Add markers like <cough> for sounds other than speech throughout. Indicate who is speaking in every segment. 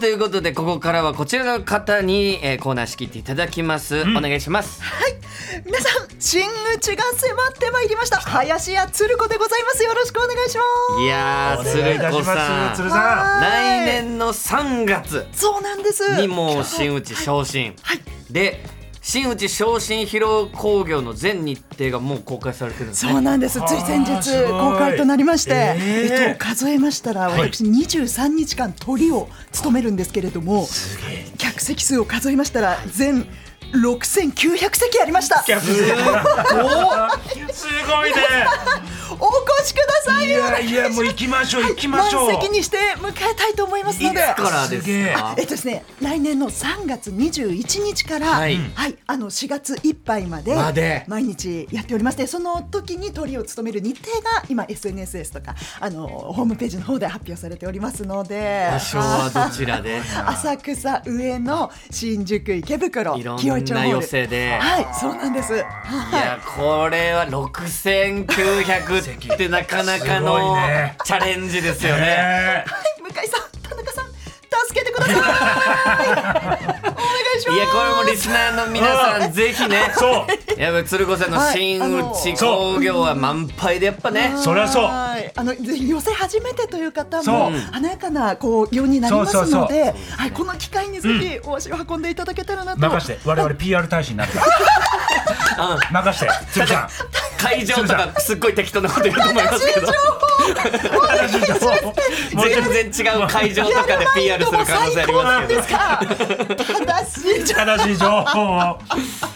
Speaker 1: ということでここからはこちらの方に、えーコーナー仕切っていただきます、お願いします
Speaker 2: 皆さん新口が迫ってまいりました林家つる子でございますよろしくお願いします
Speaker 1: いやー鶴子さ
Speaker 3: 鶴
Speaker 1: ん
Speaker 3: さ
Speaker 1: 来年の3月
Speaker 2: そうなんです
Speaker 1: にもう新内昇進、で新内昇進披露興行の全日程がもう公開されてるんですね
Speaker 2: そうなんですつい先
Speaker 3: あー
Speaker 2: 日
Speaker 3: すごい
Speaker 2: 公開となりまして、
Speaker 3: え
Speaker 2: え
Speaker 3: ー
Speaker 2: っと、数えましたら私23日間鳥を務めるんですけれども、客席数を数えましたら全6900席ありました
Speaker 3: ん。
Speaker 2: <laughs>
Speaker 3: すごいね。
Speaker 2: お越しください
Speaker 3: い
Speaker 2: よ
Speaker 3: やいやもう行きましょう行きましょう。
Speaker 2: 満席にして迎えたいと思います
Speaker 1: い
Speaker 2: の
Speaker 1: つ
Speaker 2: で
Speaker 1: からですす
Speaker 3: げえ
Speaker 1: か
Speaker 2: <laughs> えっとですね、来年の3月21日から、
Speaker 1: は
Speaker 2: はいい、あの4月いっぱいまで
Speaker 1: まで
Speaker 2: 毎日やっておりまして、その時にトリを務める日程が今 SNS ですとかあのホームページの方で発表されておりますので、
Speaker 1: 場所はどちらで
Speaker 2: <laughs> 浅草上野新宿池袋
Speaker 1: いろ
Speaker 2: 紀尾井
Speaker 1: ん
Speaker 2: 町
Speaker 1: な
Speaker 2: ホー
Speaker 1: 寄
Speaker 2: ル
Speaker 1: せで、
Speaker 2: はい、そうなんです。
Speaker 1: いやこれは6900ってなかなか
Speaker 3: す
Speaker 1: の
Speaker 3: ごいね
Speaker 1: チャレンジですよね。
Speaker 3: ね
Speaker 2: 向井さん、田中さん、助けてください。
Speaker 1: <laughs>
Speaker 2: お願いします。
Speaker 1: いやこれもリスナーの皆さんぜひね
Speaker 3: そう。
Speaker 1: やっぱ鶴子さんの新内興行は満杯でやっぱね
Speaker 3: そりゃそう
Speaker 2: はいあのぜひ寄せ始めてという方
Speaker 3: そ
Speaker 2: も
Speaker 3: う
Speaker 2: 華やかなこうようになりますので、
Speaker 3: そうそうそう
Speaker 2: はいこの機会にぜひお足を運んでいただけたらなと。
Speaker 3: 任して我々 PR 大使になるから。任して鶴ちゃん。
Speaker 1: 会場とかすっごい適当なこと言うと思いますけど
Speaker 3: もうちょっと
Speaker 1: 全然違う会場とかで PR する可能性ありますけど
Speaker 2: ですか。正しい情
Speaker 3: 正しい情報を。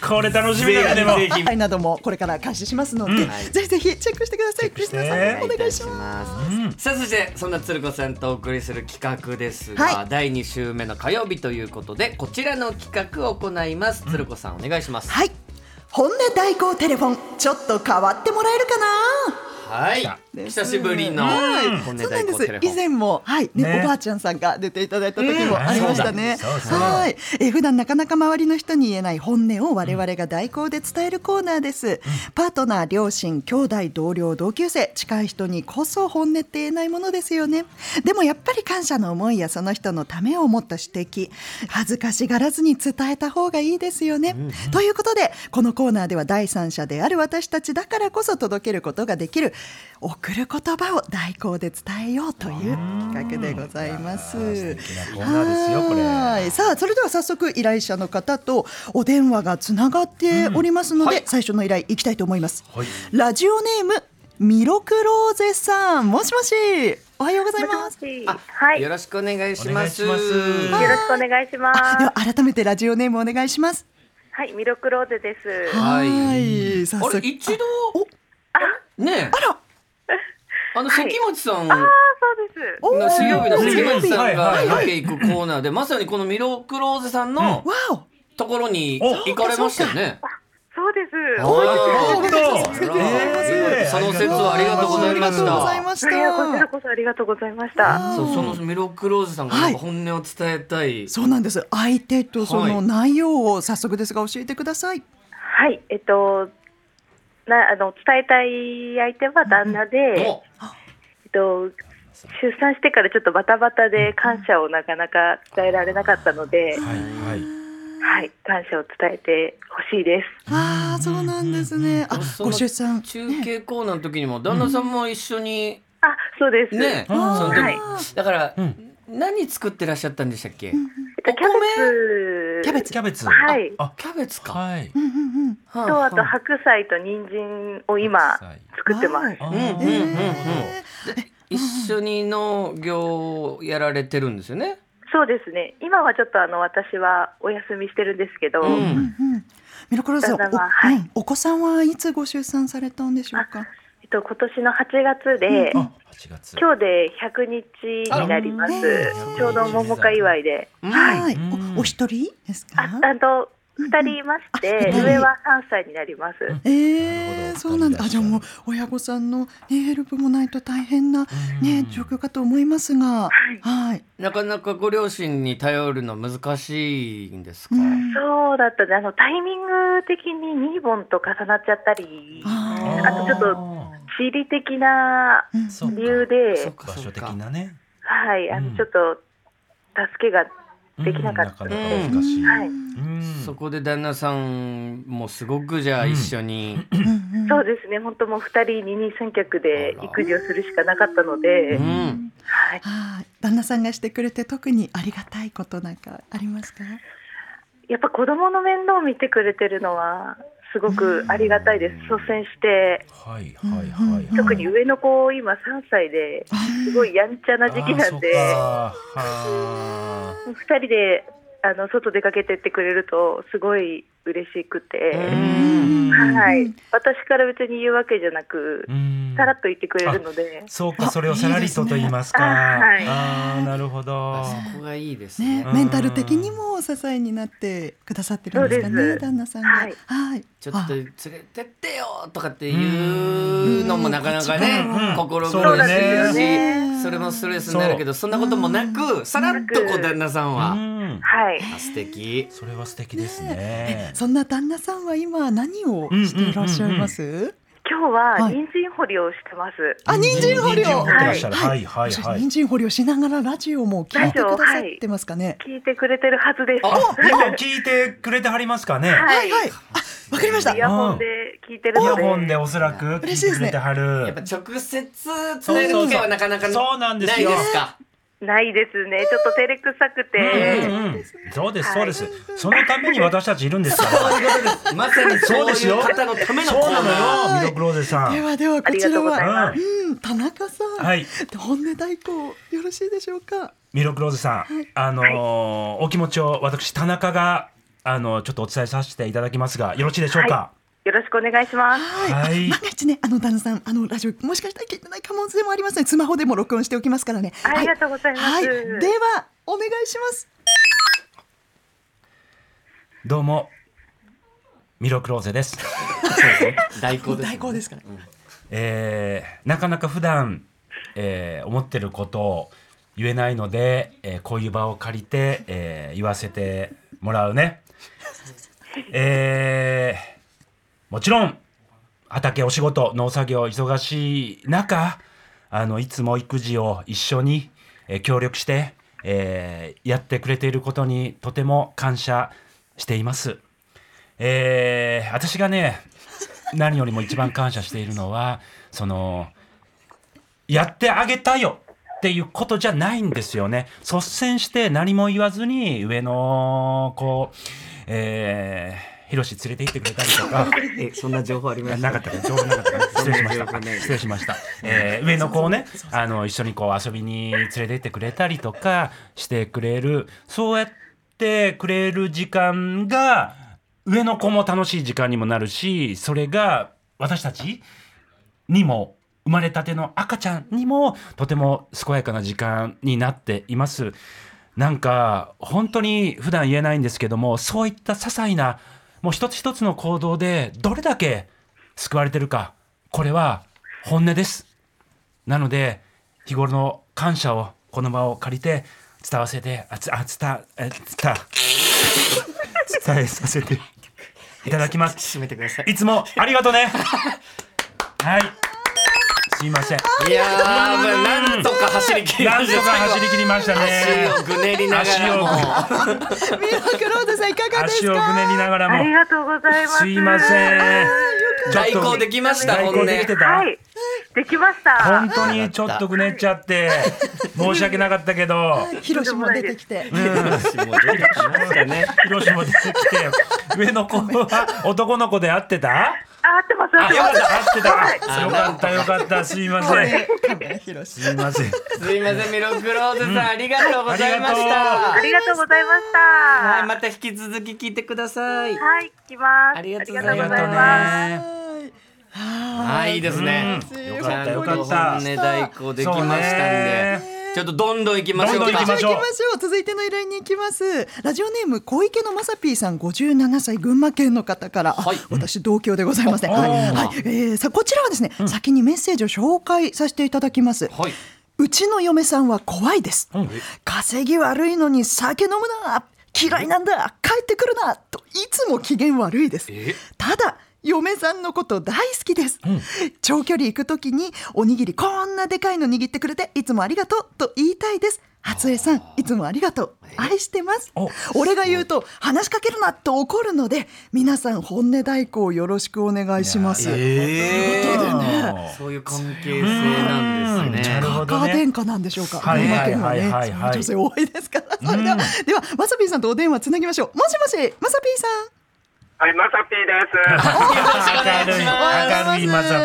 Speaker 3: これ楽しみだねでも。
Speaker 1: ぜひぜ
Speaker 2: 報などもこれから開始しますので、ぜひぜひチェックしてください。クリスナーさんお願いします。
Speaker 1: ますさあそしてそんな鶴子さんとお送りする企画ですが、
Speaker 2: は
Speaker 1: 第2週目の火曜日ということでこちらの企画を行います鶴子さんお願いします、
Speaker 2: はい。本音代行テレフォンちょっと変わってもらえるかな。
Speaker 1: はい
Speaker 2: です
Speaker 1: 久しぶりの
Speaker 2: はい
Speaker 1: 本音
Speaker 2: そうな
Speaker 1: 代
Speaker 2: ん
Speaker 1: 行
Speaker 2: で
Speaker 1: テレフ
Speaker 2: す
Speaker 1: ォ
Speaker 2: 以
Speaker 1: ン
Speaker 2: 前も、はいね
Speaker 3: ね
Speaker 2: おばあちゃんさんが出ていただいた時もありましたね、
Speaker 3: そうだそうそう
Speaker 2: はいえー普段なかなか周りの人に言えない本音を我々が代行で伝えるコーナーです、パートナー両親兄弟同僚同級生近い人にこそ本音って言えないものですよねでもやっぱり感謝の思いやその人のためを思った指摘恥ずかしがらずに伝えた方がいいですよね、ということでこのコーナーでは第三者である私たちだからこそ届けることができる送る言葉を代行で伝えようという企画でございます。
Speaker 3: コーナーですよこれ
Speaker 2: はいさあそれでは早速依頼者の方とお電話がつながっておりますので、最初の依頼いきたいと思います。
Speaker 3: はい
Speaker 2: ラジオネームミロクローゼさんもしもしおはようございます。
Speaker 4: はい。
Speaker 1: よ
Speaker 4: よ
Speaker 1: ろしくお願いします
Speaker 3: お願いします
Speaker 4: ろしくお願いします。
Speaker 2: では改めてラジオネームお願いします。
Speaker 4: はい、ミルクローゼです。
Speaker 1: はい
Speaker 2: い早
Speaker 1: あれ
Speaker 2: 速
Speaker 1: 一度ねえ
Speaker 2: あら
Speaker 1: あの
Speaker 4: はい
Speaker 1: 関町さん、
Speaker 4: ああ、そうです。
Speaker 2: おー
Speaker 1: の水曜日の
Speaker 3: 水
Speaker 1: 関
Speaker 3: 曜
Speaker 1: 町
Speaker 3: 日
Speaker 1: さん
Speaker 3: は
Speaker 1: が
Speaker 3: い
Speaker 1: ロ
Speaker 3: はい
Speaker 1: ケ行くコーナーでまさにこのミロクローズさんの
Speaker 2: わお
Speaker 1: ところに
Speaker 3: お
Speaker 1: 行かれましたよね。
Speaker 4: そうです。
Speaker 1: あー
Speaker 2: おめでとうございます
Speaker 3: えー
Speaker 1: その説はありがとうございま
Speaker 2: ありがとうござい
Speaker 1: した。
Speaker 2: まし
Speaker 4: いや、こちら
Speaker 2: た。
Speaker 4: こそありがとうございました。
Speaker 1: そうそのミロクローズさんがなんか本音を伝えたい。
Speaker 2: そうなんです。相手とその内容を早速ですが教えてください。
Speaker 4: はい、えっと、なあの伝えたい相手は旦那で、えっ
Speaker 1: お
Speaker 4: と出産してからちょっとバタバタで感謝をなかなか伝えられなかったの
Speaker 3: は
Speaker 4: で、
Speaker 3: いはい。
Speaker 4: はい、感謝を伝えてほしいです。
Speaker 2: ああ、そうなんですね。あ、
Speaker 1: その
Speaker 2: ご出産。
Speaker 1: 中継コーナーの時にも旦那さんも一緒に
Speaker 4: あ、そうです。
Speaker 1: ね、そ
Speaker 2: あ
Speaker 1: の
Speaker 2: ー
Speaker 4: はい
Speaker 1: 時だから
Speaker 3: ん
Speaker 1: 何作ってらっしゃったんでしたっけ？
Speaker 4: えっと
Speaker 1: お米
Speaker 4: キャベツ、
Speaker 2: キャベツ
Speaker 3: キャベツ。
Speaker 4: はい、
Speaker 3: あ
Speaker 1: キャベツか。
Speaker 3: はい。
Speaker 2: うんうんうん。
Speaker 1: は
Speaker 4: とあと
Speaker 1: は
Speaker 4: 白菜と人参を今作ってます。
Speaker 3: あ
Speaker 1: うんうんう
Speaker 3: ー
Speaker 1: んうん。
Speaker 2: え
Speaker 1: 一緒に農業をやられてるんですよね。
Speaker 4: そうですね。今はちょっとあの私はお休みしてるんですけど、
Speaker 1: うん
Speaker 2: ーうんうんミラクロさん、お、
Speaker 4: 旦那ははい
Speaker 2: うんお子さんはいつご出産されたんでしょうか。
Speaker 4: えっと今年の8月で、
Speaker 3: あ8月。
Speaker 4: 今日で100日になりま
Speaker 2: あ
Speaker 4: す
Speaker 2: らうん。
Speaker 4: ちょうど桃花祝いで、
Speaker 1: はい。
Speaker 2: はい
Speaker 3: うん
Speaker 2: お、お一人です
Speaker 4: あ、
Speaker 2: か。
Speaker 4: あと2人いまして、
Speaker 2: うん
Speaker 4: 上は3歳になります。
Speaker 2: え
Speaker 3: なる
Speaker 2: え、
Speaker 3: ほど
Speaker 2: そうなんだ。あ、じゃあもう親御さんのねヘルプもないと大変なね状況かと思いますが、はい。
Speaker 1: なかなかご両親に頼るの難しいんですか。
Speaker 2: うん
Speaker 4: そうだったね。あのタイミング的にニーボンと重なっちゃったり、
Speaker 2: あ
Speaker 4: あとちょっと地理的な
Speaker 2: うん
Speaker 3: そう
Speaker 4: 理由で
Speaker 1: っ、か
Speaker 3: 場所的
Speaker 1: っか
Speaker 3: なね。
Speaker 4: はい、あ
Speaker 3: う
Speaker 4: の
Speaker 3: ん
Speaker 4: ちょっと助けができなか
Speaker 3: な
Speaker 4: っ
Speaker 3: か
Speaker 4: たの
Speaker 3: な
Speaker 1: う
Speaker 3: か
Speaker 4: で、
Speaker 1: ん
Speaker 3: 難しい。
Speaker 4: はい、
Speaker 3: うん
Speaker 1: そこで旦那さんもすごくじゃあ一緒に、
Speaker 4: そうですね本当もう2人二人三脚で育児をするしかなかったので、
Speaker 1: うん
Speaker 4: はい、
Speaker 2: はい旦那さんがしてくれて特にありがたいことなんかありますか
Speaker 4: やっぱ子供の面倒を見てくれてるのはすごくありがたいです率先して
Speaker 3: はいはいはいはい。
Speaker 4: 特に上の子今3歳ですごいやんちゃな時期なんで
Speaker 3: あーそっかは
Speaker 4: 2人であの外出かけてってくれるとすごい嬉しく
Speaker 1: う
Speaker 4: て、
Speaker 1: ん
Speaker 4: はい、私から別に言うわけじゃなく
Speaker 3: ーうん
Speaker 4: さらっと言ってくれるので。
Speaker 3: そうかそれをサラリとと言いますか。
Speaker 4: あはい
Speaker 3: あーなるほど。
Speaker 1: あそこがいいですね
Speaker 2: ね、
Speaker 3: うん
Speaker 2: メンタル的にも支えになってくださってるんですか
Speaker 4: そう
Speaker 2: ね
Speaker 4: です
Speaker 2: 旦那さんがは
Speaker 4: はいい、
Speaker 1: ちょっと連れてってよとかっていうのもなかなかね、
Speaker 3: うんうん
Speaker 1: 心
Speaker 3: そう
Speaker 1: 苦
Speaker 3: だ
Speaker 1: しいしそ,、
Speaker 2: ね
Speaker 1: れもストレスになるけどそんなこともなく、さらっとこう旦那さんは、
Speaker 3: うん
Speaker 4: はい、
Speaker 1: あ素敵
Speaker 3: それは素敵です
Speaker 2: え
Speaker 3: ね。
Speaker 2: そんな旦那さんは今何をしていらっしゃいます、
Speaker 4: 今日は
Speaker 2: はい
Speaker 4: 人参掘りをしてます。
Speaker 2: あ人参掘りを
Speaker 3: 人参掘ってらっしゃる。
Speaker 2: は
Speaker 3: はいはいはい。
Speaker 2: 人参掘りをしながらラジオも聞いてくださってますかね、
Speaker 4: 聞いてくれてるはずです。
Speaker 1: あ
Speaker 3: 今聞いてくれてはりますかね。
Speaker 2: は
Speaker 4: はいい、
Speaker 2: はいあわかりました
Speaker 4: イヤホンで聞いてる
Speaker 3: イヤ
Speaker 4: ので、
Speaker 3: ホンでおそらく聞いてくれては
Speaker 1: やっぱ
Speaker 3: る。
Speaker 1: 直接伝える機会はなかなかない
Speaker 3: そうなんで
Speaker 1: な
Speaker 3: す
Speaker 1: い
Speaker 3: よ
Speaker 1: で。すか
Speaker 4: ないですね。ちょっと照れくさく
Speaker 3: う
Speaker 4: て、
Speaker 3: んうんそうです
Speaker 4: はい
Speaker 3: そうです。そのために私たちいるんですから。
Speaker 1: そういうことですまさに
Speaker 3: そう
Speaker 1: そう
Speaker 3: です
Speaker 1: い
Speaker 3: よ
Speaker 1: う方のための
Speaker 3: そ
Speaker 1: コ
Speaker 3: う
Speaker 1: ーナー
Speaker 3: なの
Speaker 2: はい
Speaker 3: よ、ミドクローゼさ
Speaker 2: で
Speaker 3: ん。
Speaker 2: はではこ
Speaker 4: あり
Speaker 2: ち
Speaker 4: が
Speaker 2: ら
Speaker 4: とうござい
Speaker 2: は、
Speaker 4: ます。
Speaker 2: うん、田中さん、
Speaker 3: はい、
Speaker 2: 本音代行よろしいでしょうか
Speaker 3: ミドクローゼさん、あのーお気持ちを私田中があのちょっとお伝えさせていただきますが、よろしいでしょうか。
Speaker 4: よろしくお願いします。
Speaker 2: はい、
Speaker 3: は
Speaker 2: あ
Speaker 3: い
Speaker 2: 万が一ねあの旦那さんあのラジオもしかしたら聞いてない可能性もありますねスマホでも録音しておきますからね
Speaker 4: ありがとうございます
Speaker 2: はい、はいではお願いします
Speaker 3: どうもミドクローゼです。
Speaker 1: 代行です、
Speaker 2: 代行ですから、
Speaker 3: えーなかなか普段、えー思ってることを言えないので、えーこういう場を借りて、えー言わせてもらうね。 <laughs> えーもちろん畑お仕事農作業忙しい中あのいつも育児を一緒に、えー協力して、えーやってくれていることにとても感謝しています。えー私がね何よりも一番感謝しているのはそのやってあげたよっていうことじゃないんですよね率先して何も言わずに上の子えー、ヒロシ連れて行ってくれたりとか。
Speaker 1: えそんな情報ありま
Speaker 3: あ
Speaker 1: す
Speaker 3: なかったか、
Speaker 1: <laughs>
Speaker 3: 情報なかったか、 <laughs> 失礼しまし
Speaker 1: 情報
Speaker 3: た。
Speaker 1: ない
Speaker 3: 失礼しました。えー上の子をね、あの、一緒にこう遊びに連れて行ってくれたりとかしてくれる、そうやってくれる時間が、上の子も楽しい時間にもなるし、それが私たちにも、生まれたての赤ちゃんにも、とても健やかな時間になっています。なんか本当に普段言えないんですけどもそういった些細なもう一つ一つの行動でどれだけ救われてるかこれは本音ですなので日頃の感謝をこの場を借りて伝わせてあつあ伝え伝え伝えさせていただきます
Speaker 1: 閉めてください
Speaker 3: いつもありがとねはいすいません
Speaker 1: いやーまあなんとか走り切りま
Speaker 3: なん
Speaker 1: し
Speaker 3: と
Speaker 1: た
Speaker 3: か走り切りました
Speaker 1: <laughs>
Speaker 3: ね
Speaker 1: 足をぐねりながらも
Speaker 2: ミラクローズさんいかがです
Speaker 3: 足を
Speaker 2: か
Speaker 3: ぐねりながら
Speaker 4: あり
Speaker 3: も
Speaker 4: がとうございます。
Speaker 3: すいませんちょっ
Speaker 1: 代
Speaker 3: と
Speaker 1: 行できました
Speaker 3: 代
Speaker 1: 本
Speaker 3: 行
Speaker 1: 音
Speaker 3: できてた、
Speaker 4: はい、できました
Speaker 3: 本。当にちょっとぐねっちゃって申し訳なかったけど
Speaker 2: 広島出てきて
Speaker 1: 私も出てきましたね
Speaker 3: 広島出てきて上の子は男の子で会ってた
Speaker 4: あ、合ってます。合っ
Speaker 3: あ
Speaker 4: て
Speaker 3: よか
Speaker 4: ま
Speaker 3: った会っ
Speaker 4: す。
Speaker 3: てたよかったよかったすいません
Speaker 2: 広島
Speaker 3: すいません
Speaker 1: すいませんミロクローズさん、ありがとうございまし
Speaker 3: あ
Speaker 1: た
Speaker 4: ありがとうございました。
Speaker 1: はいまた引き続き聞いてください
Speaker 4: はい、行きます。
Speaker 1: ありがとうご
Speaker 3: あ
Speaker 1: ざ
Speaker 3: り
Speaker 1: い
Speaker 3: が
Speaker 1: ま
Speaker 3: と
Speaker 1: す
Speaker 3: うね
Speaker 2: は
Speaker 1: は
Speaker 2: い
Speaker 1: いいいですね
Speaker 3: うん
Speaker 2: よ
Speaker 3: よ
Speaker 1: ち
Speaker 3: か
Speaker 1: ゃ
Speaker 3: っ
Speaker 1: ん
Speaker 3: たよ
Speaker 1: と
Speaker 3: か
Speaker 1: 本
Speaker 3: っ
Speaker 1: 音
Speaker 3: た
Speaker 1: 代行できましたんで
Speaker 3: そ
Speaker 1: ちょっとどんどん行きましょうか
Speaker 3: どんどん行きましょう
Speaker 2: 行きましょう続いての依頼に行きますラジオネーム小池のまさぴーさん57歳群馬県の方から、あ
Speaker 1: はい
Speaker 2: 私同郷でございません、
Speaker 3: あ
Speaker 2: はい
Speaker 3: あ
Speaker 2: はいえーさこちらはですね、先にメッセージを紹介させていただきます、
Speaker 1: はいう
Speaker 2: ちの嫁さんは怖いです、
Speaker 3: うん
Speaker 2: 稼ぎ悪いのに酒飲むな嫌いなんだ帰ってくるなといつも機嫌悪いです
Speaker 1: え
Speaker 2: ただ嫁さんのこと大好きです、長距離行く時におにぎりこんなでかいの握ってくれていつもありがとうと言いたいです初江さんいつもありがとう愛してます
Speaker 3: お
Speaker 2: 俺が言うと話しかけるなと怒るので皆さん本音代行よろしくお願いします
Speaker 1: え
Speaker 2: ということでね
Speaker 1: ー、そういう関係性なんです
Speaker 3: うん
Speaker 1: ね
Speaker 3: なる。ほどね
Speaker 2: カー殿下なんでしょうか。
Speaker 3: はい
Speaker 2: 群馬県は
Speaker 3: はい
Speaker 2: ね、
Speaker 3: はいはいはい
Speaker 2: そういう女性多いですから。それでは、では、まさぴーさんとお電話つなぎましょう。もしもし、まさぴーさん。
Speaker 5: はい、まさぴーです。
Speaker 3: 明るい明るいマサピー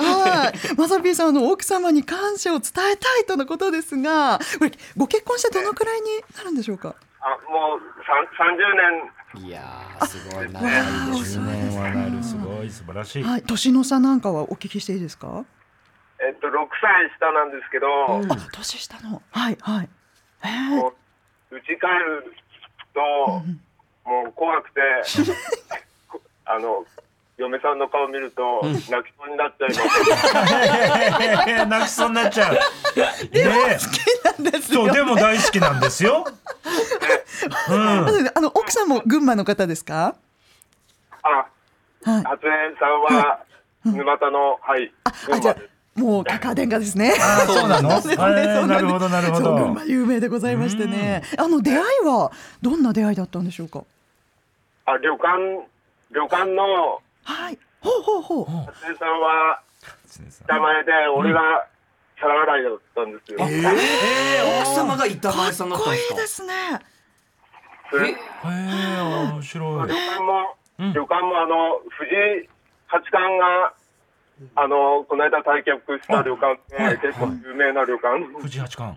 Speaker 3: <laughs>
Speaker 2: はい、まさぴーさんあの奥様に感謝を伝えたいとのことですが、これご結婚してどのくらいになるんでしょうか。
Speaker 5: あ、もう三三十年。
Speaker 1: いやー、すごいな。
Speaker 2: わー
Speaker 3: 10年はなるすごい素晴らしい、
Speaker 2: はい、年の差なんかはお聞きしていいですか。
Speaker 5: えっと六歳下なんですけど、
Speaker 1: ん
Speaker 2: あ、年下の。はいはい。えー
Speaker 5: こう家帰るともう怖くて、こあの嫁さんの顔見ると泣きそうになっちゃい
Speaker 3: 泣
Speaker 5: ます。
Speaker 3: きそうになっちゃう。ねえ、
Speaker 2: なんですよ
Speaker 3: そうでも大好きなんですよ。うん、
Speaker 2: まずねあの奥さんも群馬の方ですか。
Speaker 5: あ、
Speaker 2: はい。
Speaker 5: 初江さんは沼田のはい群
Speaker 2: あ、じゃあ
Speaker 5: 馬です。
Speaker 2: もうカカ殿下ですね。
Speaker 3: あそうなの。
Speaker 2: そうなんです
Speaker 3: えーなるほどなるほ
Speaker 2: そう群
Speaker 3: ど
Speaker 2: 馬。有名でございましてね。あの出会いはどんな出会いだったんでしょうか。
Speaker 5: あ、旅館旅館の
Speaker 2: はい。ほうほうほう。
Speaker 5: 初江さんは名前で俺が皿洗いだったんですよ。
Speaker 1: えー、奥様が板前さんだったんですか。
Speaker 2: ですね。
Speaker 5: で
Speaker 3: へえ面白い
Speaker 5: 旅。館も、
Speaker 3: うん
Speaker 5: 旅館もあの藤井八冠があのこの間対局した旅館で、
Speaker 3: はい
Speaker 5: 結構有名な旅館、
Speaker 3: 藤井八
Speaker 2: へ
Speaker 3: 冠。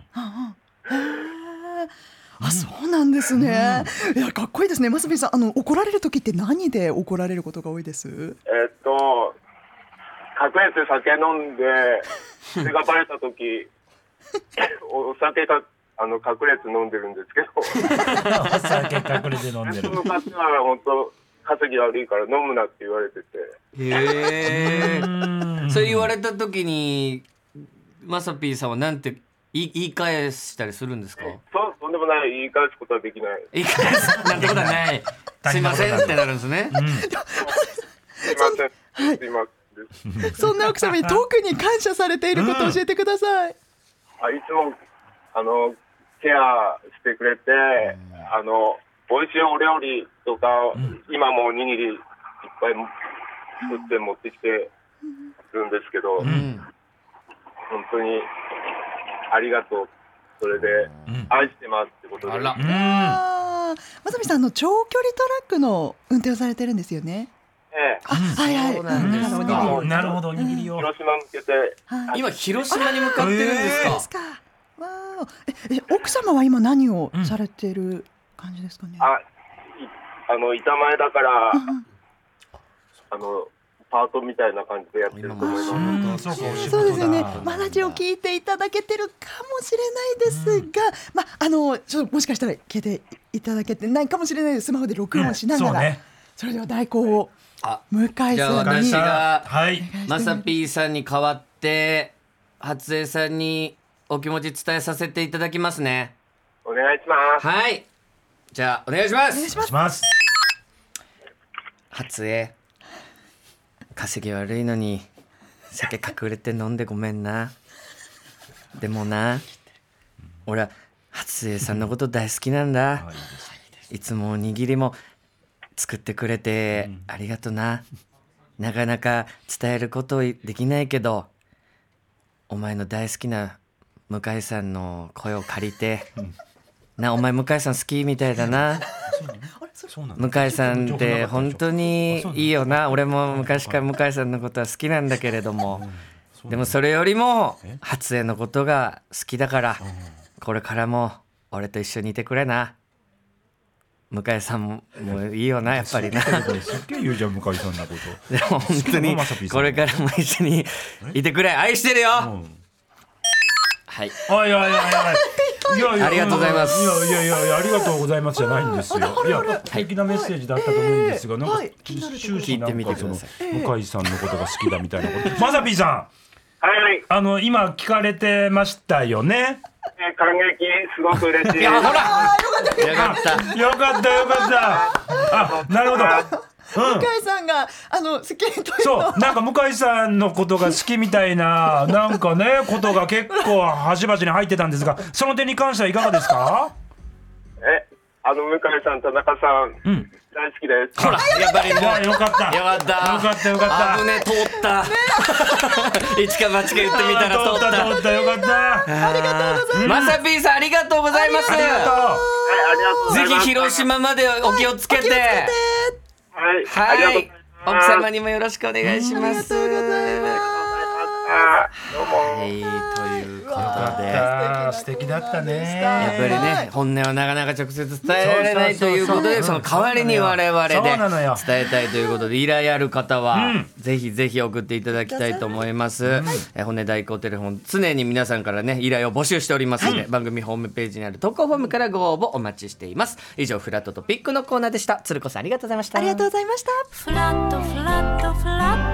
Speaker 2: ーあ、そうなんですね。いや、かっこいいですね。マスビさん、あの怒られる時って何で怒られることが多いです。
Speaker 5: えーっと隠れて酒飲
Speaker 3: <laughs>
Speaker 5: んでそれがバレた時お酒かあの隠れて飲んでるんですけど
Speaker 3: お酒隠れて飲んでる。
Speaker 5: 昔は本当稼ぎ悪いから飲むなって言われてて
Speaker 1: へー。
Speaker 3: うん
Speaker 1: それ言われた時に、まさぴーさんはなんて言い言い返したりするんですか
Speaker 5: そうとんでもない言い返すことはできない
Speaker 1: 言い返すなんてことはない。すいませんってなるんですね。
Speaker 5: すいま
Speaker 3: <laughs>
Speaker 5: せんすいませんです
Speaker 2: そんな奥様に特に感謝されていることを教えてください。
Speaker 5: あいつもあのケアしてくれて、あの美味しいお料理とか、今もおにぎりいっぱい作って持ってきてるんですけど、
Speaker 1: うん。
Speaker 5: 本当にありがとうそれで、
Speaker 3: ん
Speaker 5: 愛してますってことで
Speaker 1: あら
Speaker 3: う。ん。
Speaker 2: ああ、まさみさん、あの長距離トラックの運転をされてるんですよね。
Speaker 5: ええ
Speaker 2: あ、はいはい。
Speaker 1: そうなんですか
Speaker 2: あのお
Speaker 3: なるほどおにぎりを。
Speaker 5: 広島向けて
Speaker 2: はい。
Speaker 1: 今、広島に向かってるんです
Speaker 3: あら
Speaker 1: か
Speaker 2: で、すか。わあ、え、え、奥様は今何をされてる感じですかね。
Speaker 5: あいあの板前だから、
Speaker 2: ん
Speaker 5: あのパートみたいな感じでやってると思います。
Speaker 3: うんそうかお仕事だ
Speaker 2: そうですよね。まあラジオ聞いていただけてるかもしれないですが、まああのちょっともしかしたら聞いていただけてないかもしれないです。スマホで録音しながら、
Speaker 3: うんそうね
Speaker 2: それでは代行を
Speaker 1: あ
Speaker 2: 向井さんに
Speaker 1: じゃあ私が
Speaker 3: はい。
Speaker 1: まさぴーさんに代わって、初江さんにお気持ち伝えさせていただきますね。
Speaker 5: お願いします。
Speaker 1: はい。じゃあ、お願いしま
Speaker 2: お願い
Speaker 1: す
Speaker 2: します
Speaker 3: し。ます。
Speaker 1: 初江。稼ぎ悪いのに、酒隠れて飲んでごめんな。でもな、俺は初江さんのこと大好きなんだ。
Speaker 3: はいいいです
Speaker 1: いつもおにぎりも作ってくれてありがとな。なかなか伝えることできないけど、お前の大好きな向井さんの声を借りて、な、お前向井さん好きみたいだな。
Speaker 3: そうなの
Speaker 1: 向井さんって本当にいいよな。俺も昔から向井さんのことは好きなんだけれども、でもそれよりも初江のことが好きだから、これからも俺と一緒にいてくれな。向井さんももういいよなやっぱりな。
Speaker 3: すっげえ言うじゃん向井さんなこと。
Speaker 1: でも本当にこれからも一緒にいてくれ愛してるよ
Speaker 3: う
Speaker 1: は
Speaker 3: ん
Speaker 1: い
Speaker 3: おいおいおいおい。いやいや
Speaker 1: ありがとうございます
Speaker 3: いやいやいやありがとうございますじゃないんですよ。いや素敵なメッセージだったと思うんですが、なんか
Speaker 2: はい気になるところ
Speaker 3: 終始な
Speaker 1: 聞いてみ
Speaker 3: ん
Speaker 1: て
Speaker 3: か
Speaker 1: く
Speaker 3: そ
Speaker 1: だ
Speaker 3: の
Speaker 1: さ
Speaker 3: 向井さんのことが好きだみたいなこと。まさぴーさ
Speaker 5: はい、
Speaker 3: ん、あの今聞かれてましたよね。
Speaker 5: えー感激すごく嬉しい。
Speaker 1: あほらよかった
Speaker 3: よかったよかった。あなるほど。うん
Speaker 2: 向井さんがあのスキートイ
Speaker 3: そ
Speaker 2: の
Speaker 3: うなんか向井さんのことが好きみたいななんかねことが結構端々に入ってたんですがその点に関してはいかがですか
Speaker 5: え、あの向井さん、田中さん、
Speaker 3: うん
Speaker 5: 大好きです。
Speaker 1: ほら、やっぱりも。
Speaker 3: いうやよかった
Speaker 1: やばった。
Speaker 3: よかったよかった
Speaker 1: あぶね、通った。一か八か言ってみたら
Speaker 3: あー
Speaker 1: 通った。
Speaker 3: 通ったよかった
Speaker 1: ありがとうございます。まさぴーさん、ありがとうございます。
Speaker 3: ありがとう
Speaker 5: はい、あ
Speaker 1: ぜ
Speaker 5: りがとうございま
Speaker 1: ひ
Speaker 5: す。
Speaker 1: 広島までお気をつけて。
Speaker 5: はい、ありが
Speaker 1: は
Speaker 5: とうござい
Speaker 1: い。
Speaker 5: ま
Speaker 1: 奥
Speaker 5: す。
Speaker 1: 様にもよろしくお願いします。
Speaker 2: ありがとうございます
Speaker 5: あどうも。
Speaker 1: はい、ということで。や
Speaker 3: あー素敵だったね
Speaker 1: っぱりね、本音はなかなか直接伝えられないと
Speaker 3: そうそうそ
Speaker 1: いう
Speaker 3: う
Speaker 1: こと
Speaker 3: う
Speaker 1: で、
Speaker 3: ん
Speaker 1: その代わりに我々で
Speaker 3: そうなのよ
Speaker 1: 伝えたいということで、依頼ある方
Speaker 3: う
Speaker 1: は
Speaker 3: ん、
Speaker 1: ぜひぜひ送っていただきたいと思います。えー骨代行テレフォン、常に皆さんからね、依頼を募集しておりますので、番組ホームページにある投稿フォームからご応募お待ちしています。以上、フラットトピックのコーナーでした。鶴子さん、ありがとうございました。
Speaker 2: ありがとうございました
Speaker 6: フラットフラットフラット